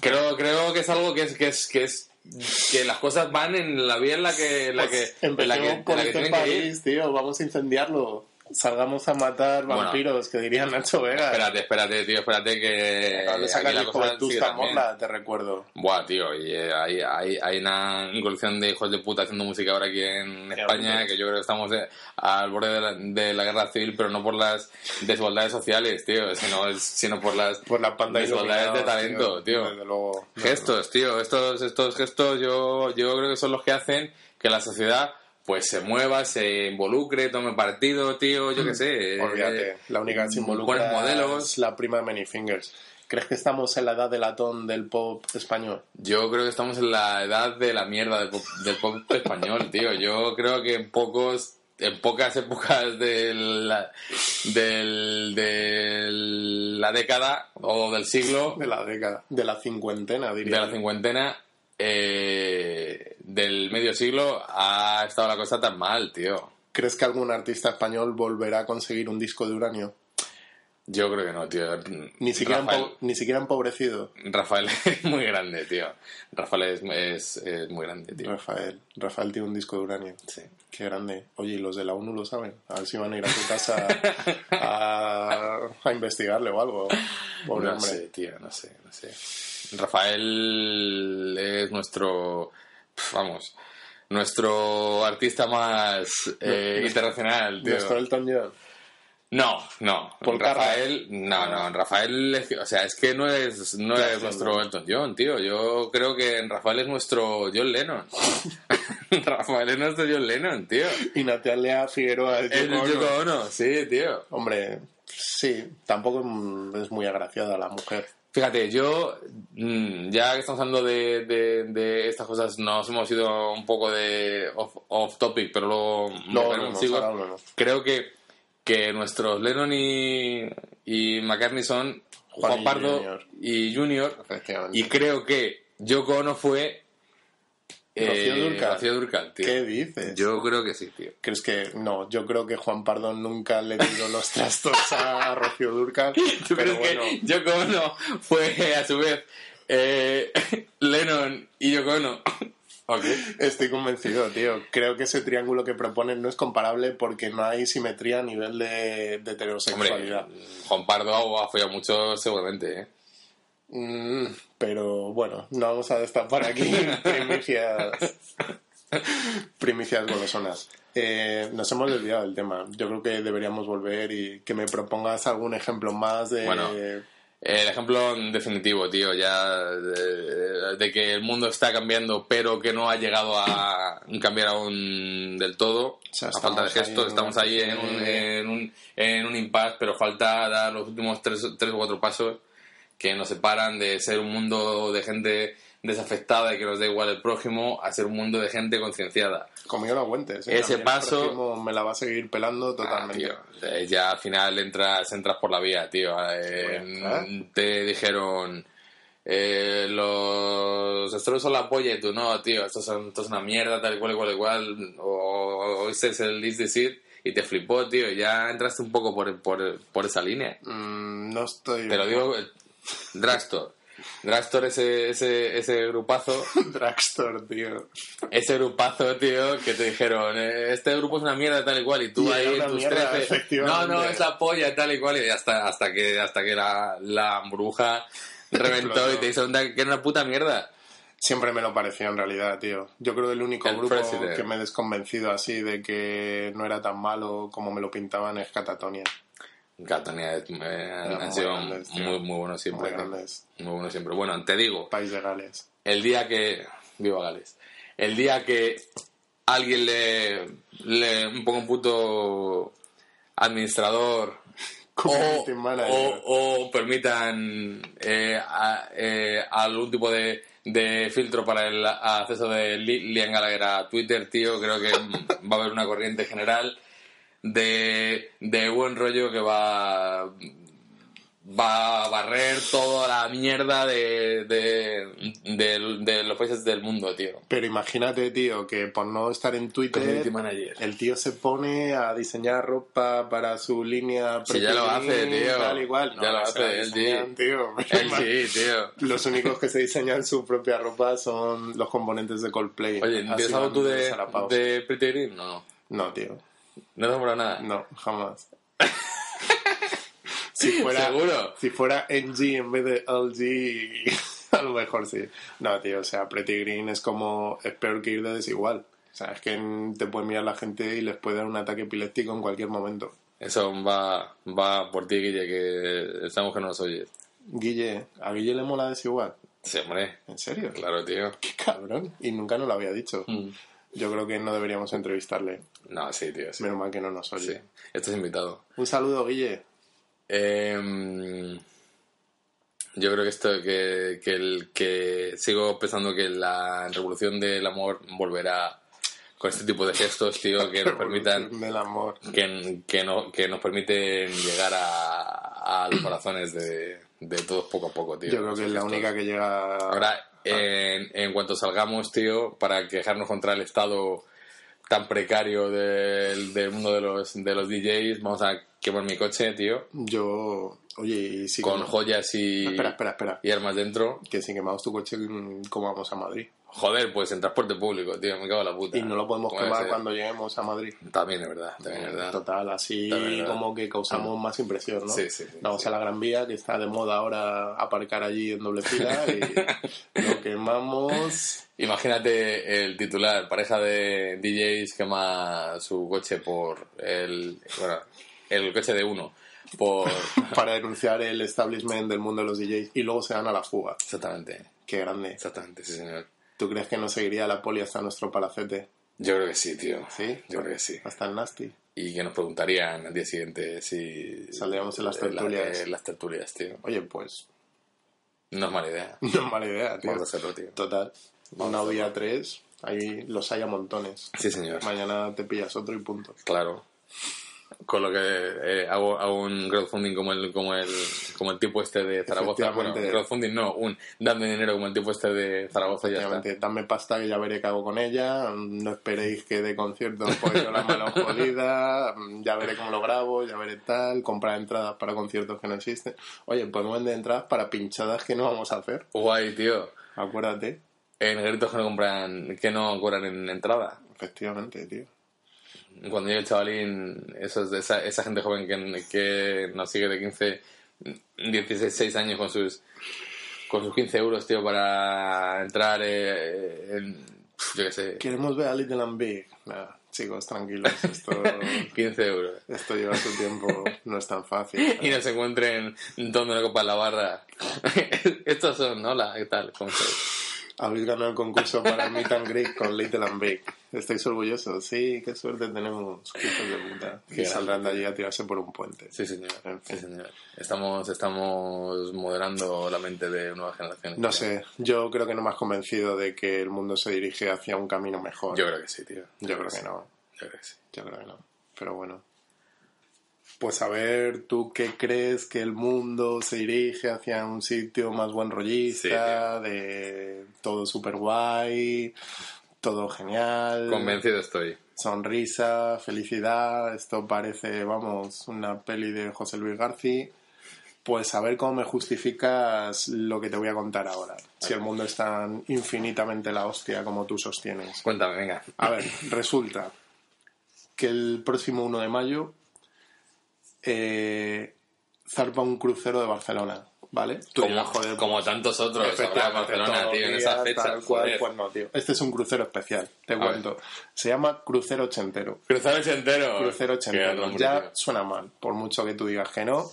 Speaker 1: creo, creo que es algo que es, que es, que es, que las cosas van en la vía en la que, en la que, en la
Speaker 2: Pues, Empecemos
Speaker 1: que, en
Speaker 2: por
Speaker 1: la que
Speaker 2: este
Speaker 1: tienen que ir.
Speaker 2: país, tío. Vamos a incendiarlo. Salgamos a matar
Speaker 1: Bueno.
Speaker 2: vampiros, que diría Nacho Vega.
Speaker 1: Espérate, espérate, tío, espérate que
Speaker 2: Acaban de
Speaker 1: aquí
Speaker 2: sacar
Speaker 1: la
Speaker 2: el disco
Speaker 1: cosa
Speaker 2: de
Speaker 1: sigue
Speaker 2: Tusta
Speaker 1: también.
Speaker 2: Morla, te recuerdo.
Speaker 1: Buah, tío, y eh, hay, hay, hay una colección de hijos de puta haciendo música ahora aquí en España,
Speaker 2: brutal.
Speaker 1: que yo creo que estamos de- al borde de la, de la guerra civil, pero no por las desigualdades sociales, tío, sino, sino por las
Speaker 2: Por Pues la panda
Speaker 1: desigualdades de
Speaker 2: iluminados,
Speaker 1: talento, tío.
Speaker 2: Desde luego.
Speaker 1: Gestos, tío, estos, estos gestos yo, yo creo que son los que hacen que la sociedad pues se mueva, se involucre, tome partido, tío, yo qué sé.
Speaker 2: Olvídate,
Speaker 1: eh,
Speaker 2: la única que se involucra
Speaker 1: Buenos modelos.
Speaker 2: es la prima de Many Fingers. ¿Crees que estamos en la edad del latón del pop español?
Speaker 1: Yo creo que estamos en la edad de la mierda del pop, del pop español, tío. Yo creo que en pocos, en pocas épocas de la, del, de la década o del siglo,
Speaker 2: De la década, de la cincuentena,
Speaker 1: de
Speaker 2: diría.
Speaker 1: la cincuentena, eh, del medio siglo, ha estado la cosa tan mal, tío.
Speaker 2: ¿Crees que algún artista español volverá a conseguir un disco de uranio?
Speaker 1: Yo creo que no, tío.
Speaker 2: Ni siquiera,
Speaker 1: Rafael,
Speaker 2: empo- ni siquiera empobrecido.
Speaker 1: Rafael es muy grande, tío. Rafael es, es, es muy grande, tío.
Speaker 2: Rafael. Rafael tiene un disco de uranio.
Speaker 1: Sí.
Speaker 2: Qué grande. Oye, ¿y los de la ONU lo saben? A ver si van a ir a tu casa a, a investigarle o algo. Pobre
Speaker 1: no
Speaker 2: hombre.
Speaker 1: sé, tío, no sé, no sé. Rafael es nuestro, pf, vamos, nuestro artista más eh, internacional, tío.
Speaker 2: Nuestro Elton John.
Speaker 1: No, no.
Speaker 2: Paul
Speaker 1: Rafael, no, no. Rafael, es que- o sea, es que no es, no
Speaker 2: Ya,
Speaker 1: es
Speaker 2: sí,
Speaker 1: nuestro
Speaker 2: no.
Speaker 1: Elton John, tío. Yo creo que en Rafael es nuestro John Lennon. Rafael es nuestro John Lennon, tío.
Speaker 2: Y Natalia Figueroa. es
Speaker 1: Es el
Speaker 2: Yoko Ono.
Speaker 1: Yoko Ono, sí, tío.
Speaker 2: Hombre, sí, tampoco mm, es muy agraciada la mujer.
Speaker 1: Fíjate, yo, mm, ya que estamos hablando de, de- de estas cosas, nos hemos ido un poco de off, off topic, pero luego
Speaker 2: No,
Speaker 1: volveremos,
Speaker 2: no, no,
Speaker 1: sigo.
Speaker 2: ahora volvemos.
Speaker 1: Creo que, que nuestros Lennon y, y McCartney son Juan,
Speaker 2: Juan y
Speaker 1: Pardo
Speaker 2: Junior.
Speaker 1: y Junior,
Speaker 2: Efectivamente.
Speaker 1: y creo que Yoko Ono fue eh,
Speaker 2: Rocío Dúrcal.
Speaker 1: Rocío Dúrcal, tío.
Speaker 2: ¿Qué dices?
Speaker 1: Yo creo que sí, tío.
Speaker 2: ¿Crees que.? No, yo creo que Juan Pardo nunca le dio los trastos a Rocío Durcal.
Speaker 1: ¿Tú
Speaker 2: pero
Speaker 1: crees
Speaker 2: bueno,
Speaker 1: que Yoko Ono fue, a su vez, eh, Lennon y Yoko Ono? Ok.
Speaker 2: Estoy convencido, tío. Creo que ese triángulo que proponen no es comparable porque no hay simetría a nivel de, de heterosexualidad.
Speaker 1: Hombre, Juan Pardo ha follado mucho seguramente, ¿eh?
Speaker 2: Mm, pero bueno, no vamos a destapar aquí primicias. primicias golosonas. Eh, nos hemos desviado del tema. Yo creo que deberíamos volver y que me propongas algún ejemplo más de.
Speaker 1: Bueno. El ejemplo en definitivo, tío, ya de, de que el mundo está cambiando, pero que no ha llegado a cambiar aún del todo.
Speaker 2: sea,
Speaker 1: a falta de
Speaker 2: estamos ahí
Speaker 1: gestos,
Speaker 2: en
Speaker 1: estamos
Speaker 2: una-
Speaker 1: ahí en un, en un, en un impasse, pero falta dar los últimos tres, tres o cuatro pasos que nos separan de ser un mundo de gente desafectada y que nos da igual el prójimo a ser un mundo de gente concienciada.
Speaker 2: Conmigo no aguantes.
Speaker 1: Ese
Speaker 2: A mí el
Speaker 1: paso-
Speaker 2: próximo me la va a seguir pelando totalmente.
Speaker 1: Ah, tío, eh, ya al final entras, entras por la vía, tío. Eh,
Speaker 2: Bueno,
Speaker 1: mm, Te dijeron, eh, los astros son la polla y tú no, tío, esto, son, esto es una mierda, tal cual, cual, cual. O este es el list de Sid y te flipó, tío. y Ya entraste un poco por, por, por esa línea.
Speaker 2: Mm, no estoy.
Speaker 1: Te lo digo, eh, Drugstore. Dragstore, ese, ese, ese grupazo,
Speaker 2: Dragstore, tío.
Speaker 1: ese grupazo, tío, que te dijeron, eh, este grupo es una mierda tal y cual, y tú
Speaker 2: Y era
Speaker 1: ahí
Speaker 2: una
Speaker 1: en tus
Speaker 2: mierda,
Speaker 1: 13, no, no,
Speaker 2: efectivamente.
Speaker 1: es la polla tal y cual, y hasta, hasta que, hasta que la, la bruja reventó
Speaker 2: Explotó.
Speaker 1: y te hizo onda que era una puta mierda.
Speaker 2: Siempre me lo pareció en realidad, tío. Yo creo que el único
Speaker 1: El
Speaker 2: grupo
Speaker 1: President.
Speaker 2: que me he desconvencido así de que no era tan malo como me lo pintaban es Catatonia.
Speaker 1: Catania eh, han
Speaker 2: muy
Speaker 1: sido
Speaker 2: grandes, tío.
Speaker 1: muy, muy buenos siempre.
Speaker 2: Muy grandes.
Speaker 1: Muy buenos siempre. Bueno, te digo,
Speaker 2: País de Gales.
Speaker 1: el día que viva Gales el día que alguien le, le un poco un puto administrador o,
Speaker 2: Community manager.
Speaker 1: o- o permitan eh, a- eh, algún tipo de, de filtro para el acceso de Li- Liam Gallagher a Twitter, tío, creo que va a haber una corriente general de, de buen rollo que va va a barrer toda la mierda de, de, de- de los países del mundo, tío.
Speaker 2: Pero imagínate, tío, que por no estar en Twitter,
Speaker 1: Community manager.
Speaker 2: el tío se pone a diseñar ropa para su línea.
Speaker 1: Sí, ya lo hace,
Speaker 2: pre-clean,
Speaker 1: tío.
Speaker 2: Tal igual.
Speaker 1: Ya lo
Speaker 2: se la
Speaker 1: hace, él,
Speaker 2: diseñan, tío.
Speaker 1: Él sí, tío.
Speaker 2: Los únicos que se diseñan su propia ropa son los componentes de Coldplay.
Speaker 1: Oye,
Speaker 2: Así
Speaker 1: ¿tienes algo
Speaker 2: van
Speaker 1: tú de,
Speaker 2: sarapaos.
Speaker 1: de Pretty Green? No, no.
Speaker 2: No, tío.
Speaker 1: No te has comprado nada.
Speaker 2: No, jamás. si fuera,
Speaker 1: ¿Seguro?
Speaker 2: Si fuera NG en vez de LG, a lo mejor sí. No, tío, o sea, Pretty Green es como. Es peor que ir de desigual. O sea, es que mm, te puede mirar la gente y les puede dar un ataque epiléptico en cualquier momento.
Speaker 1: Eso va, va por ti, Guille, que esta mujer no nos oye.
Speaker 2: Guille, ¿a Guille le mola desigual?
Speaker 1: Sí, hombre.
Speaker 2: ¿En serio?
Speaker 1: Claro, Mm. tío.
Speaker 2: Qué cabrón. Y nunca nos lo había dicho. Yo creo que no deberíamos entrevistarle.
Speaker 1: No, sí, tío, sí.
Speaker 2: Menos mal que no nos
Speaker 1: sí.
Speaker 2: oye.
Speaker 1: Estás invitado.
Speaker 2: Un saludo, Guille.
Speaker 1: Em, yo creo que esto, que, que, el, que sigo pensando que la revolución del amor volverá con este tipo de gestos, tío, que nos permitan
Speaker 2: Del amor.
Speaker 1: que, que, no, que nos permiten llegar a, a los corazones de, de todos poco a poco, tío.
Speaker 2: Yo creo que es la
Speaker 1: Esto-
Speaker 2: única que llega.
Speaker 1: Ahora,
Speaker 2: Ah.
Speaker 1: en, en cuanto salgamos, tío, para quejarnos contra el estado tan precario del, del mundo de los, de los DJs, vamos a quemar mi coche, tío,
Speaker 2: Yo. Oye, y si.
Speaker 1: con joyas y,
Speaker 2: Ah, Espera, espera, espera.
Speaker 1: y armas dentro.
Speaker 2: Que si quemamos tu coche, mm, ¿cómo vamos a Madrid?
Speaker 1: Joder, pues en transporte público, tío, me cago en la puta.
Speaker 2: Y no lo podemos
Speaker 1: ¿Cómo debe
Speaker 2: quemar
Speaker 1: ser?
Speaker 2: cuando lleguemos a Madrid. Eh,
Speaker 1: También es verdad, también es verdad.
Speaker 2: Total, así
Speaker 1: También es verdad. Ah.
Speaker 2: como que causamos más impresión, ¿no?
Speaker 1: Sí, sí, sí,
Speaker 2: Vamos
Speaker 1: sí.
Speaker 2: a la Gran Vía, que está de moda ahora aparcar allí en doble fila y lo quemamos.
Speaker 1: Imagínate el titular, pareja de DJs quema su coche por el... Bueno, el coche de uno. Por...
Speaker 2: para denunciar el establishment del mundo de los DJs y luego se dan a la fuga.
Speaker 1: Exactamente,
Speaker 2: Qué grande.
Speaker 1: exactamente, sí señor.
Speaker 2: ¿Tú crees que no seguiría la poli hasta nuestro palacete?
Speaker 1: Yo creo que sí, tío.
Speaker 2: ¿Sí?
Speaker 1: Yo creo que sí.
Speaker 2: Hasta el nasty.
Speaker 1: Y que nos preguntarían al día siguiente si...
Speaker 2: Salíamos en las
Speaker 1: la-
Speaker 2: tertulias.
Speaker 1: en las tertulias, tío.
Speaker 2: Oye, pues,
Speaker 1: No es mala idea.
Speaker 2: no es mala idea, tíeo.
Speaker 1: Vamos a hacerlo, tío.
Speaker 2: Total. Una Audi A3, ahí los hay a montones.
Speaker 1: Sí, señor.
Speaker 2: Mañana te pillas otro y punto.
Speaker 1: Claro. Con lo que eh, hago, hago un crowdfunding como el, como el, como el tipo este de Zaragoza. Bueno,
Speaker 2: Efectivamente.
Speaker 1: crowdfunding no, un dando dinero como el tipo este de Zaragoza y ya está.
Speaker 2: Efectivamente, dame pasta que ya veré qué hago con ella. No esperéis que de concierto pues, os podáis con las manos jodidas. Ya veré cómo lo grabo, ya veré tal. Comprar entradas para conciertos que no existen. Oye, podemos vender entradas para pinchadas que no vamos a hacer.
Speaker 1: Guay, tío.
Speaker 2: Acuérdate.
Speaker 1: En negritos que no compran, que no cobran en entrada.
Speaker 2: Efectivamente, tío.
Speaker 1: Cuando yo era chavalín, esos de esa, esa gente joven que, que nos sigue de 15, 16 6 años con sus con sus 15 euros, tío, para entrar eh, en, yo qué sé,
Speaker 2: Queremos ver a Little and Big. Nah, chicos, tranquilos. Esto,
Speaker 1: 15 euros.
Speaker 2: esto lleva su tiempo. No es tan fácil.
Speaker 1: y nos encuentren tomando una copa en la barra. Estos son, hola, ¿qué tal? ¿Cómo estáis?
Speaker 2: Habéis ganado el concurso para el Meet and Greet con Little and Big. Estáis orgullosos. Sí, qué suerte tenemos. Hijos de puta.
Speaker 1: Qué
Speaker 2: Y saldrán de allí a tirarse por un puente.
Speaker 1: Sí, señor.
Speaker 2: En
Speaker 1: Sí,
Speaker 2: fin.
Speaker 1: señor. Estamos, estamos moderando la mente de nuevas generaciones.
Speaker 2: No sé, yo creo que no me has convencido de que el mundo se dirige hacia un camino mejor.
Speaker 1: Yo creo que sí, tío.
Speaker 2: Yo creo que no.
Speaker 1: Yo creo que sí.
Speaker 2: Yo creo que no. Pero bueno. Pues a ver, ¿tú qué crees que el mundo se dirige hacia un sitio más buen rollista, de todo super guay, todo genial?
Speaker 1: Convencido estoy.
Speaker 2: sonrisa, felicidad. Esto parece, vamos, una peli de José Luis García. pues a ver cómo me justificas lo que te voy a contar ahora. Si el mundo es tan infinitamente la hostia como tú sostienes.
Speaker 1: Cuéntame, venga.
Speaker 2: A ver, resulta que el próximo 1 de mayo eh, zarpa un crucero de Barcelona, ¿vale? Tú
Speaker 1: Como,
Speaker 2: dirás, joder,
Speaker 1: como tantos otros habrá en
Speaker 2: Efectivamente,
Speaker 1: Barcelona,
Speaker 2: todo
Speaker 1: tío, en
Speaker 2: día,
Speaker 1: esa fecha.
Speaker 2: tal cual,
Speaker 1: joder.
Speaker 2: pues no, tío. Este es un crucero especial, te
Speaker 1: A
Speaker 2: cuento. Se llama Crucero Ochentero.
Speaker 1: Cruzar ochentero.
Speaker 2: Crucero
Speaker 1: Qué
Speaker 2: Ochentero.
Speaker 1: nombre,
Speaker 2: Ya
Speaker 1: tío.
Speaker 2: suena mal, por mucho que tú digas que no.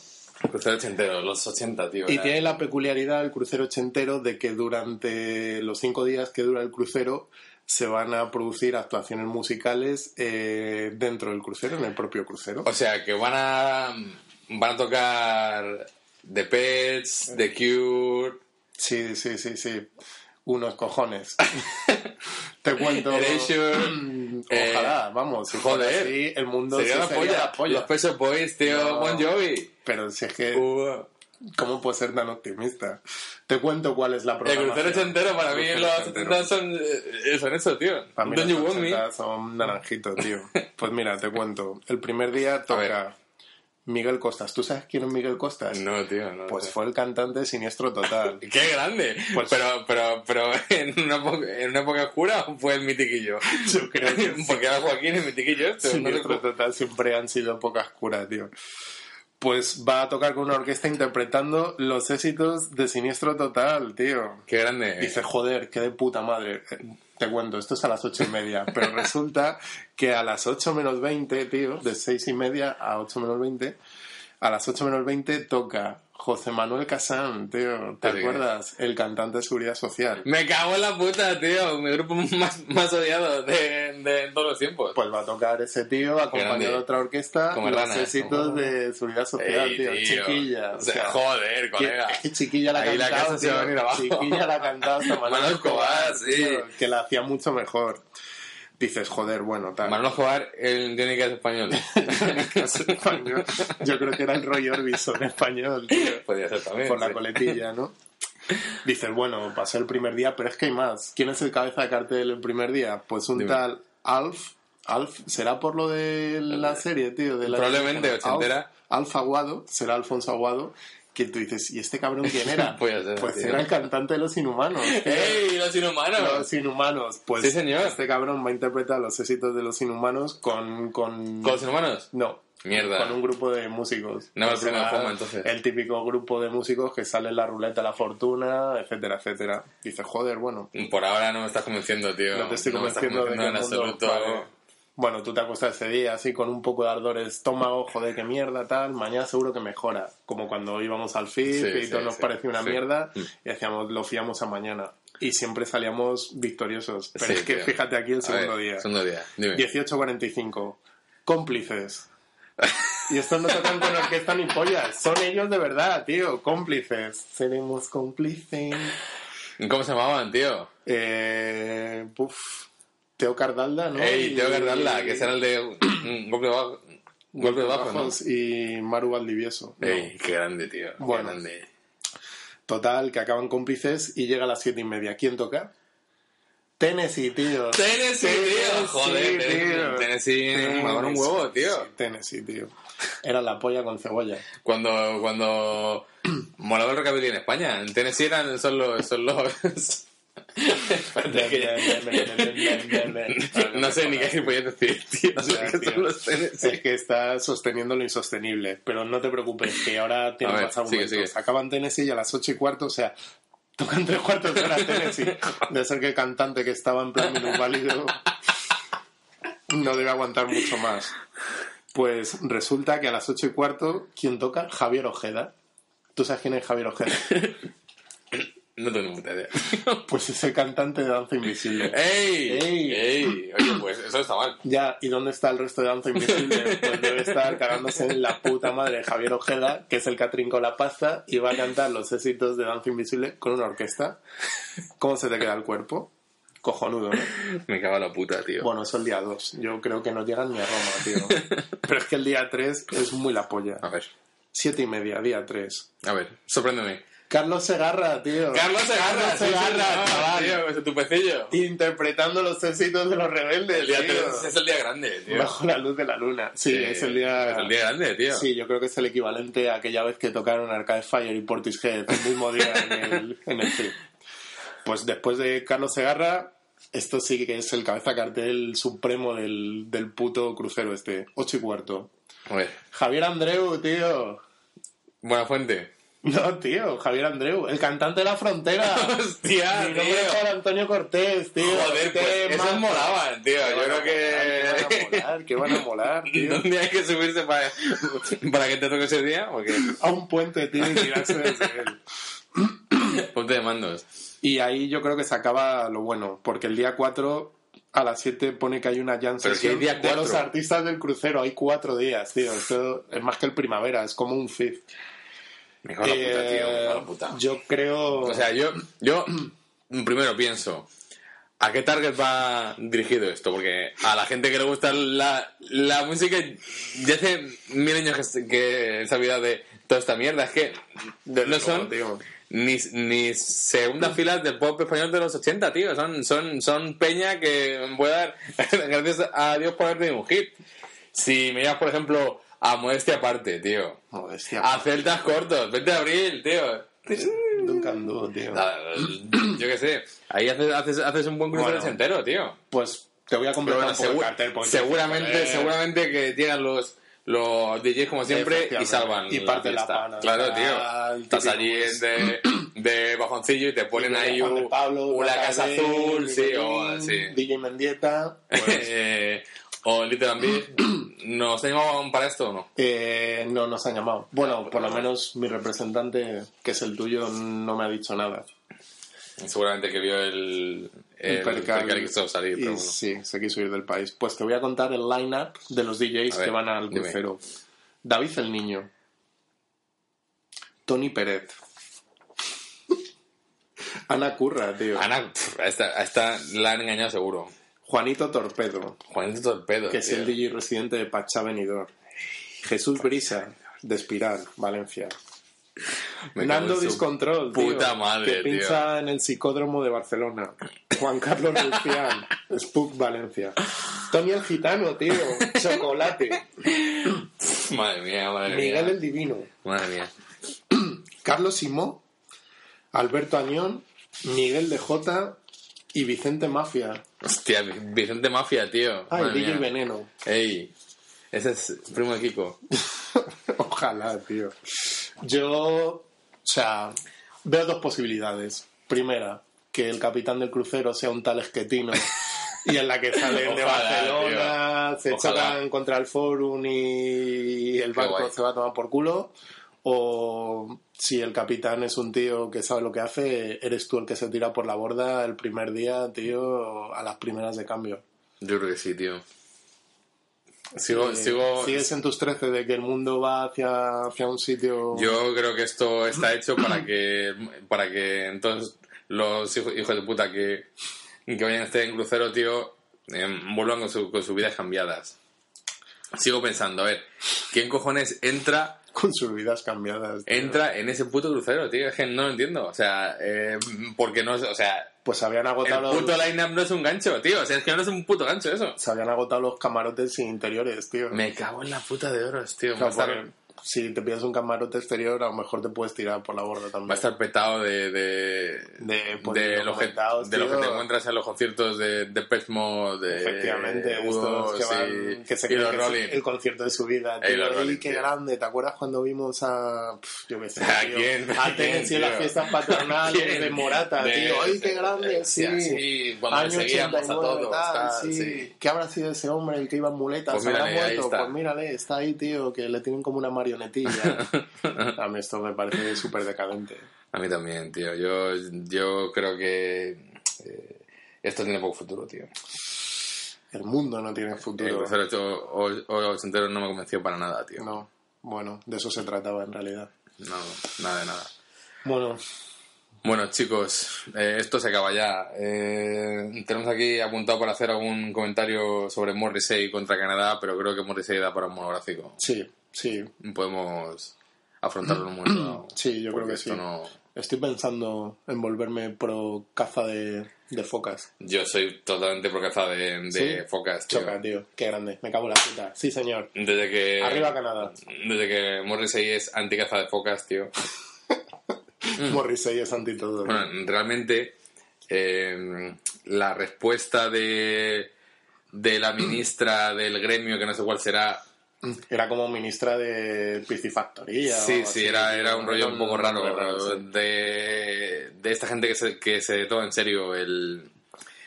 Speaker 1: Cruzar ochentero, los 80, tío.
Speaker 2: Y
Speaker 1: era-
Speaker 2: tiene la peculiaridad el crucero ochentero de que durante los cinco días que dura el crucero se van a producir actuaciones musicales eh, dentro del crucero, en el propio crucero.
Speaker 1: O sea, que van a, van a tocar The Pets,
Speaker 2: Eh.
Speaker 1: The Cure...
Speaker 2: Sí, sí, sí, sí. Unos cojones. Te cuento.
Speaker 1: Erasure, eh,
Speaker 2: Ojalá, vamos. Si fuera
Speaker 1: joder,
Speaker 2: así, el mundo
Speaker 1: Sería
Speaker 2: sí
Speaker 1: la polla.
Speaker 2: la polla.
Speaker 1: Los Peso Boys, tío,
Speaker 2: No. Eh,
Speaker 1: Bon Jovi.
Speaker 2: Pero si es que,
Speaker 1: Uh,
Speaker 2: ¿cómo puedo ser tan optimista? Te cuento cuál es la
Speaker 1: el
Speaker 2: programación.
Speaker 1: crucero ochentero para mí
Speaker 2: Crucero
Speaker 1: los
Speaker 2: ochentero.
Speaker 1: 80 son, eh, son eso, tío.
Speaker 2: Para mí
Speaker 1: Don't
Speaker 2: los
Speaker 1: you want me?
Speaker 2: 80 son naranjitos, tío. Pues mira, te cuento. El primer día
Speaker 1: ver.
Speaker 2: toca Miguel Costas. ¿Tú sabes quién es Miguel Costas?
Speaker 1: No, tío, no.
Speaker 2: Pues
Speaker 1: tío.
Speaker 2: fue el cantante siniestro total.
Speaker 1: ¡Qué grande!
Speaker 2: Pues-
Speaker 1: pero, pero, pero en una, po- en una época oscura fue el mitiquillo.
Speaker 2: Yo creo que sí.
Speaker 1: Porque era Joaquín el mitiquillo. esto, no te-
Speaker 2: Siniestro total siempre han sido pocas curas, tío. Pues va a tocar con una orquesta interpretando los éxitos de Siniestro Total, tío.
Speaker 1: ¡Qué grande!
Speaker 2: Dice, joder, qué de puta madre. Eh, Te cuento, esto es a las ocho y media, pero resulta que a las ocho menos veinte, tío, de seis y media a ocho menos veinte, a las ocho menos veinte toca José Manuel Casán, tío, ¿te
Speaker 1: Sí.
Speaker 2: acuerdas? El cantante de Seguridad Social.
Speaker 1: Me cago en la puta, tío. Mi grupo más, más odiado de, de todos los tiempos.
Speaker 2: Pues va a tocar ese tío acompañado
Speaker 1: Grande.
Speaker 2: de otra orquesta
Speaker 1: Como
Speaker 2: los
Speaker 1: ranas,
Speaker 2: éxitos
Speaker 1: como-
Speaker 2: de Seguridad Social,
Speaker 1: Ey,
Speaker 2: tío,
Speaker 1: tío.
Speaker 2: chiquilla.
Speaker 1: O sea, joder,
Speaker 2: que-
Speaker 1: colega.
Speaker 2: es que chiquilla la
Speaker 1: Ahí la
Speaker 2: cantaba,
Speaker 1: casa se va a
Speaker 2: tío.
Speaker 1: venir abajo.
Speaker 2: Chiquilla la cantaba hasta
Speaker 1: Manolo
Speaker 2: Manuel
Speaker 1: Escobar,
Speaker 2: Escobar,
Speaker 1: sí.
Speaker 2: tío, que la hacía mucho mejor. Dices, joder, bueno, tal.
Speaker 1: Manolo Escobar, el tiene que es español.
Speaker 2: Es español. Yo creo que era el Roy Orbison español, tío.
Speaker 1: Podría ser también.
Speaker 2: Con la
Speaker 1: sí.
Speaker 2: coletilla, ¿no? Dices, bueno, pasó el primer día, pero es que hay más. ¿Quién es el cabeza de cartel el primer día? Pues un
Speaker 1: Dime.
Speaker 2: tal Alf. Alf, ¿será por lo de la serie, tío? De la
Speaker 1: Eh, Probablemente,
Speaker 2: Alf-
Speaker 1: ochentera.
Speaker 2: Alf Aguado, será Alfonso Aguado, que tú dices, ¿y este cabrón quién era?
Speaker 1: Puede ser,
Speaker 2: pues
Speaker 1: tío.
Speaker 2: era el cantante de Los Inhumanos. tío.
Speaker 1: ¡Ey, los inhumanos!
Speaker 2: Los Inhumanos, pues
Speaker 1: Sí, señor.
Speaker 2: este cabrón va a interpretar los éxitos de Los Inhumanos con... con...
Speaker 1: ¿Con los inhumanos?
Speaker 2: No.
Speaker 1: Mierda.
Speaker 2: Con un grupo de músicos.
Speaker 1: No,
Speaker 2: O
Speaker 1: el
Speaker 2: sea,
Speaker 1: Prima de Foma, entonces.
Speaker 2: El típico grupo de músicos que sale en la ruleta de la fortuna, etcétera, etcétera. Dices, joder, bueno,
Speaker 1: Por ahora no me estás convenciendo, tío.
Speaker 2: no te estoy
Speaker 1: me estás
Speaker 2: convenciendo de que
Speaker 1: convenciendo
Speaker 2: el mundo-
Speaker 1: en absoluto.
Speaker 2: vale. ¿eh? Bueno, tú te acuestas ese día así con un poco de ardor de estómago, joder, qué mierda, tal. Mañana seguro que mejora. Como cuando íbamos al FIF
Speaker 1: Sí,
Speaker 2: y
Speaker 1: sí,
Speaker 2: todo nos
Speaker 1: sí,
Speaker 2: parecía una
Speaker 1: sí.
Speaker 2: mierda y hacíamos, lo fiamos a mañana. Y siempre salíamos victoriosos. Pero
Speaker 1: Sí,
Speaker 2: es que
Speaker 1: tío.
Speaker 2: fíjate aquí el
Speaker 1: A ver,
Speaker 2: segundo día.
Speaker 1: Segundo día, dime.
Speaker 2: 18.45. Cómplices. Y estos no tocan con orquesta ni pollas. Son ellos de verdad, tío. Cómplices. Seremos cómplices.
Speaker 1: ¿Cómo se llamaban, tío?
Speaker 2: Eh, puf. Teo Cardalda, ¿no?
Speaker 1: Ey, tengo que arreglarla,
Speaker 2: Y-
Speaker 1: que será el de mm, golpe bajo. Golpe bajo, ¿no?
Speaker 2: Bajos Y Maru Valdivieso. ¿no?
Speaker 1: Ey, qué grande, tío.
Speaker 2: Bueno.
Speaker 1: Qué grande.
Speaker 2: Total, que acaban cómplices y llega a las siete y media. ¿Quién toca? Tennessee, tío.
Speaker 1: Tennessee, tío.
Speaker 2: Tennessee,
Speaker 1: Joder,
Speaker 2: tío.
Speaker 1: Tennessee. Tennessee. Me un huevo, tío.
Speaker 2: Tennessee, tío. Era la polla con cebolla.
Speaker 1: Cuando, cuando molaba el rockabilly en España. En Tennessee eran, son los... Son los... Espérate que- no sé ni qué voy a decir, tío. No sé
Speaker 2: Ya,
Speaker 1: qué
Speaker 2: tío.
Speaker 1: son los Tennessee.
Speaker 2: Es que está sosteniendo lo insostenible. Pero no te preocupes, que ahora tiene
Speaker 1: A ver,
Speaker 2: más
Speaker 1: sigue,
Speaker 2: argumentos.
Speaker 1: sigue.
Speaker 2: Acaban Tennessee y a las ocho y cuarto, o sea, tocan tres cuartos de hora Tennessee. De ser que el cantante que estaba en plan inválido no debe aguantar mucho más. Pues resulta que a las ocho y cuarto, ¿quién toca? Javier Ojeda. ¿Tú sabes quién es Javier Ojeda?
Speaker 1: No tengo ni puta idea.
Speaker 2: Pues es el cantante de Danza Invisible.
Speaker 1: ¡Ey!
Speaker 2: Ey.
Speaker 1: ¡Ey! Oye, pues eso está mal.
Speaker 2: Ya, ¿y dónde está el resto de Danza Invisible? Pues debe estar cagándose en la puta madre de Javier Ojeda, que es el que atrincó la pasta, y va a cantar los éxitos de Danza Invisible con una orquesta. ¿Cómo se te queda el cuerpo? Cojonudo, ¿no?
Speaker 1: Me cago en la puta, tío.
Speaker 2: Bueno, eso el día 2. Yo creo que no llegan ni a Roma, tío. Pero es que el día 3 es muy la polla.
Speaker 1: A ver,
Speaker 2: Siete y media, día 3.
Speaker 1: a ver, sorpréndeme.
Speaker 2: Carlos Segarra, tío.
Speaker 1: Carlos Segarra,
Speaker 2: Carlos
Speaker 1: sí,
Speaker 2: Segarra,
Speaker 1: señor,
Speaker 2: chaval.
Speaker 1: tío, de tu pecillo.
Speaker 2: Interpretando los tecitos de los rebeldes.
Speaker 1: El día
Speaker 2: tío.
Speaker 1: tres es el día grande, tío.
Speaker 2: Bajo la luz de la luna. Sí,
Speaker 1: Eh,
Speaker 2: es el día.
Speaker 1: Es el día grande, tío.
Speaker 2: Sí, yo creo que es el equivalente a aquella vez que tocaron Arcade Fire y Portishead el mismo día en el, en el film. Pues después de Carlos Segarra, esto sí que es el cabeza cartel supremo del, del puto crucero este. Ocho y cuarto.
Speaker 1: A ver,
Speaker 2: Javier Andreu, tío.
Speaker 1: buena fuente.
Speaker 2: No, tío, Javier Andreu, el cantante de la frontera.
Speaker 1: Hostia,
Speaker 2: Mi nombre es
Speaker 1: tío.
Speaker 2: Juan Antonio Cortés, tío. este
Speaker 1: Joder,
Speaker 2: Qué
Speaker 1: pues, esos
Speaker 2: más-
Speaker 1: molaban, tío.
Speaker 2: Qué
Speaker 1: Yo
Speaker 2: van a
Speaker 1: creo que...
Speaker 2: molar, qué van a molar, Que van a molar, tío.
Speaker 1: ¿Dónde hay que subirse para, para que te toque ese día? Porque
Speaker 2: A un puente, tío, y tirarse desde él.
Speaker 1: ponte de mandos.
Speaker 2: Y ahí yo creo que se acaba lo bueno, porque el día 4 a las 7 pone que hay una jam
Speaker 1: Pero si
Speaker 2: session
Speaker 1: hay día
Speaker 2: de los
Speaker 1: cuatro.
Speaker 2: artistas del crucero. Hay cuatro días, tío. Esto es más que el primavera, es como un fit.
Speaker 1: Me cago en la puta, tío. Me cago en la puta.
Speaker 2: Yo creo...
Speaker 1: O sea, yo, yo primero pienso, ¿a qué target va dirigido esto? Porque a la gente que le gusta la, la música, ya hace mil años que, se- que se ha olvidado de toda esta mierda. Es que no
Speaker 2: luego,
Speaker 1: son
Speaker 2: tío.
Speaker 1: ni, ni segunda fila del pop español de los 80, tío. Son, son, son peña que voy a dar gracias a Dios por haber tenido un hit. Si miras, por ejemplo, a Modestia aparte, tío.
Speaker 2: Modestia.
Speaker 1: A Celtas Cortos, 20 de abril, tío.
Speaker 2: Duncan Du, tío.
Speaker 1: Ah, Yo qué sé, ahí haces, haces, haces un buen crucero
Speaker 2: Bueno.
Speaker 1: entero, tío.
Speaker 2: Pues te voy a
Speaker 1: Pero
Speaker 2: completar
Speaker 1: bueno,
Speaker 2: un poco el
Speaker 1: segu-
Speaker 2: cartel. porque-
Speaker 1: seguramente,
Speaker 2: Eh,
Speaker 1: seguramente que llegan los, los DJs como siempre y
Speaker 2: Efectivamente.
Speaker 1: salvan.
Speaker 2: Y parten la
Speaker 1: fiesta.
Speaker 2: pana.
Speaker 1: Claro,
Speaker 2: Ah,
Speaker 1: tío.
Speaker 2: el
Speaker 1: Estás
Speaker 2: típico
Speaker 1: allí
Speaker 2: Luis.
Speaker 1: de, de bajoncillo y te ponen
Speaker 2: Juan
Speaker 1: ahí
Speaker 2: de
Speaker 1: un-
Speaker 2: Pablo,
Speaker 1: una
Speaker 2: Duracell,
Speaker 1: casa azul, sí, o
Speaker 2: Nickelín,
Speaker 1: sí.
Speaker 2: DJ Mendieta. pues,
Speaker 1: Eh, o Little and Big. ¿Nos han llamado para esto o no?
Speaker 2: eh, no nos han llamado. Bueno, por lo menos mi representante, que es el tuyo, no me ha dicho nada.
Speaker 1: Seguramente que vio el, el,
Speaker 2: percal.
Speaker 1: percal que hizo salir,
Speaker 2: Y
Speaker 1: pero bueno.
Speaker 2: Sí, se quiso ir del país. Pues te voy a contar el line-up de los DJs
Speaker 1: A ver,
Speaker 2: que van al
Speaker 1: dime.
Speaker 2: crucero. David el Niño. Tony Pérez. Ana Curra, tío.
Speaker 1: Ana, pff, a esta, a esta la han engañado seguro.
Speaker 2: Juanito Torpedo,
Speaker 1: Juanito Torpedo.
Speaker 2: que es
Speaker 1: tío.
Speaker 2: el DJ residente de Pachá Benidorm. Jesús Brisa, de Espiral, Valencia.
Speaker 1: Me cago en
Speaker 2: Nando
Speaker 1: su
Speaker 2: Discontrol, tío,
Speaker 1: Puta madre,
Speaker 2: que
Speaker 1: tío.
Speaker 2: pincha en el psicódromo de Barcelona. Juan Carlos Lucián, Spook Valencia. Tony el Gitano, tío, Chocolate.
Speaker 1: Madre mía, madre
Speaker 2: Miguel
Speaker 1: mía.
Speaker 2: el Divino.
Speaker 1: Madre mía.
Speaker 2: Carlos Simó, Alberto Añón, Miguel de Jota y Vicente Mafia.
Speaker 1: Hostia, Vicente Mafia, tío.
Speaker 2: Ah,
Speaker 1: Madre
Speaker 2: y DJ
Speaker 1: mía.
Speaker 2: Veneno.
Speaker 1: Ey, ese es primo de Kiko.
Speaker 2: Ojalá, tío. Yo, o sea, veo dos posibilidades. Primera, que el capitán del crucero sea un tal esquetino y en la que salen de
Speaker 1: Ojalá,
Speaker 2: Barcelona,
Speaker 1: tío.
Speaker 2: se
Speaker 1: Ojalá.
Speaker 2: chocan contra el Forum y el
Speaker 1: Qué
Speaker 2: barco
Speaker 1: guay.
Speaker 2: se va a tomar por culo. O si el capitán es un tío que sabe lo que hace, eres tú el que se tira por la borda el primer día, tío, a las primeras de cambio.
Speaker 1: Yo creo que sí, tío. Sigo,
Speaker 2: Eh,
Speaker 1: sigo.
Speaker 2: Sigues en tus 13 de que el mundo va hacia, hacia un sitio...
Speaker 1: Yo creo que esto está hecho para que, para que entonces los hijo- hijos de puta que, que vayan a estar en crucero, tío, eh, vuelvan con, su- con sus vidas cambiadas. Sigo pensando, a ver, ¿quién cojones entra
Speaker 2: con sus vidas cambiadas. tío.
Speaker 1: entra en ese puto crucero, tío. Es que no lo entiendo. O sea, eh, porque no es. O sea,
Speaker 2: Pues habían
Speaker 1: el
Speaker 2: agotado
Speaker 1: puto
Speaker 2: los,
Speaker 1: line-up no es un gancho, tío. O sea, es que no es un puto gancho eso.
Speaker 2: se habían agotado los camarotes sin interiores, tío.
Speaker 1: Me cago en la puta de oros, tío.
Speaker 2: O
Speaker 1: Va
Speaker 2: sea,
Speaker 1: a estar,
Speaker 2: porque si te pides un camarote exterior, a lo mejor te puedes tirar por la borda también.
Speaker 1: va a estar petado de. de...
Speaker 2: de, pues,
Speaker 1: de los, que,
Speaker 2: documentados,
Speaker 1: de los que
Speaker 2: tío.
Speaker 1: te encuentras en los conciertos de, de Pesmo, de
Speaker 2: Efectivamente,
Speaker 1: Udo,
Speaker 2: estos que, van-
Speaker 1: eh, sí,
Speaker 2: que se
Speaker 1: y
Speaker 2: creen
Speaker 1: los
Speaker 2: que es
Speaker 1: Rolling.
Speaker 2: el concierto de su vida.
Speaker 1: Y
Speaker 2: Tío.
Speaker 1: los Rolling,
Speaker 2: Ay, qué
Speaker 1: tío.
Speaker 2: grande. ¿Te acuerdas cuando vimos a. pf, Yo qué sé.
Speaker 1: ¿A
Speaker 2: tío?
Speaker 1: quién?
Speaker 2: A
Speaker 1: ¿A quién,
Speaker 2: Tennessee en las
Speaker 1: tío?
Speaker 2: fiestas
Speaker 1: ¿A
Speaker 2: patronales
Speaker 1: quién?
Speaker 2: de Morata,
Speaker 1: De-
Speaker 2: tío. ¡Ay, qué
Speaker 1: de-
Speaker 2: grande!
Speaker 1: de-
Speaker 2: Sí.
Speaker 1: sí, cuando seguíamos a todos, tal, sí.
Speaker 2: ¿Qué habrá sido ese hombre el que iba en muletas?
Speaker 1: Pues
Speaker 2: ¿Habrá
Speaker 1: mírale, ahí
Speaker 2: muerto?
Speaker 1: está.
Speaker 2: Pues mírale, está ahí, tío, que le tienen como una marionetilla. a mí esto me parece súper decadente.
Speaker 1: A mí también, tío. Yo, yo creo que eh, esto tiene poco futuro, tío.
Speaker 2: El mundo no tiene
Speaker 1: El
Speaker 2: futuro.
Speaker 1: crucero ocho- o- o- ochentero no me convenció para nada, tío. No,
Speaker 2: No. Bueno, de eso se trataba en realidad.
Speaker 1: nada de nada.
Speaker 2: Bueno,
Speaker 1: Bueno, chicos, eh, esto se acaba ya. Eh, tenemos aquí apuntado para hacer algún comentario sobre Morrissey contra Canadá, pero creo que Morrissey da para un monográfico.
Speaker 2: sí, sí.
Speaker 1: Podemos afrontarlo en un momento dado,
Speaker 2: Sí, yo creo
Speaker 1: porque
Speaker 2: que
Speaker 1: esto
Speaker 2: sí.
Speaker 1: no-
Speaker 2: Estoy pensando en volverme pro caza de, de focas.
Speaker 1: Yo soy totalmente procazado de, de
Speaker 2: ¿Sí?
Speaker 1: focas, tío.
Speaker 2: Choca, tío. Qué grande. Me cago en la puta. Sí, señor.
Speaker 1: Desde que.
Speaker 2: Arriba Canadá.
Speaker 1: Desde que Morrissey es anticaza de focas, tío.
Speaker 2: Morrissey es anti todo.
Speaker 1: Mm. Bueno, realmente eh, la respuesta de, de la ministra del gremio, que no sé cuál será,
Speaker 2: Era como ministra de piscifactoría. o
Speaker 1: sí,
Speaker 2: algo
Speaker 1: sí,
Speaker 2: así,
Speaker 1: era,
Speaker 2: tío.
Speaker 1: era un rollo un poco raro,
Speaker 2: sí.
Speaker 1: de, de esta gente que se, que se toma en serio el,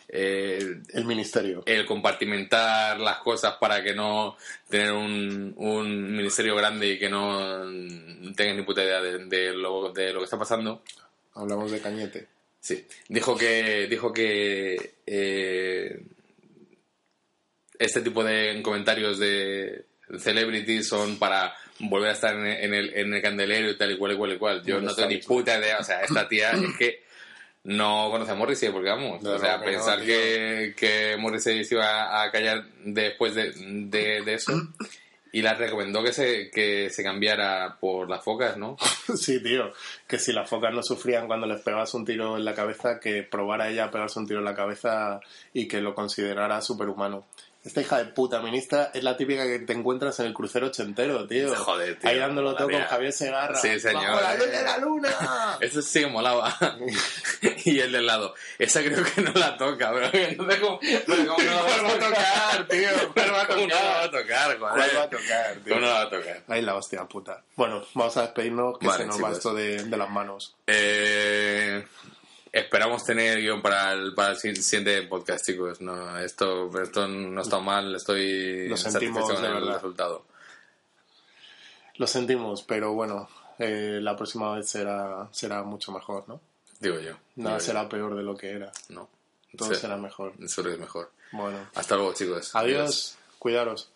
Speaker 1: eh, el,
Speaker 2: El ministerio.
Speaker 1: el compartimentar las cosas para que no tener un, un ministerio grande y que no tengas ni puta idea de, de lo, de lo que está pasando.
Speaker 2: Hablamos de Cañete.
Speaker 1: Sí, dijo que dijo que eh, este tipo de comentarios de celebrities son para volver a estar en el, en el, en el candelero y tal y cual y cual y cual. Yo
Speaker 2: Bueno,
Speaker 1: no
Speaker 2: está
Speaker 1: tengo ni
Speaker 2: bien.
Speaker 1: puta idea, o sea, esta tía es que no conoce a Morrissey porque vamos,
Speaker 2: No,
Speaker 1: o sea,
Speaker 2: no, que no,
Speaker 1: pensar
Speaker 2: tío.
Speaker 1: que, que Morrissey se iba a callar después de, de, de eso y la recomendó que se, que se cambiara por las focas, ¿no?
Speaker 2: Sí, tío. Que si las focas no sufrían cuando les pegabas un tiro en la cabeza, que probara ella a pegarse un tiro en la cabeza y que lo considerara superhumano. Esta hija de puta ministra es la típica que te encuentras en el crucero ochentero, tío.
Speaker 1: Joder, tío,
Speaker 2: Ahí dándolo todo
Speaker 1: la
Speaker 2: con
Speaker 1: mía.
Speaker 2: Javier Segarra.
Speaker 1: Sí, señor.
Speaker 2: ¡Bajo la luz de la luna!
Speaker 1: Eso sí que molaba. y el del lado. Esa creo que no la toca, bro. Entonces, ¿cómo, pero cómo no la vas a tocar, tío? ¿Cuál va a tocar? la va a tocar,
Speaker 2: ¿Cuál va a tocar, tío?
Speaker 1: ¿Cómo no la va a tocar?
Speaker 2: Ahí la hostia puta. Bueno, vamos a despedirnos que
Speaker 1: Vale, pues.
Speaker 2: se nos va
Speaker 1: chicos.
Speaker 2: esto de, de las manos.
Speaker 1: Eh, esperamos tener guión para el, para el si- siguiente podcast, chicos. No, esto, esto no está mal. Estoy
Speaker 2: Lo sentimos,
Speaker 1: satisfecho con
Speaker 2: de
Speaker 1: el
Speaker 2: verdad.
Speaker 1: resultado.
Speaker 2: Lo sentimos, pero bueno, eh, la próxima vez será, será mucho mejor, ¿no?
Speaker 1: Digo yo.
Speaker 2: Nada
Speaker 1: Digo yo.
Speaker 2: será peor de lo que era.
Speaker 1: No.
Speaker 2: Todo
Speaker 1: Sí.
Speaker 2: será mejor.
Speaker 1: Eso es mejor.
Speaker 2: Bueno,
Speaker 1: Hasta luego, chicos.
Speaker 2: adiós. Cuidaros.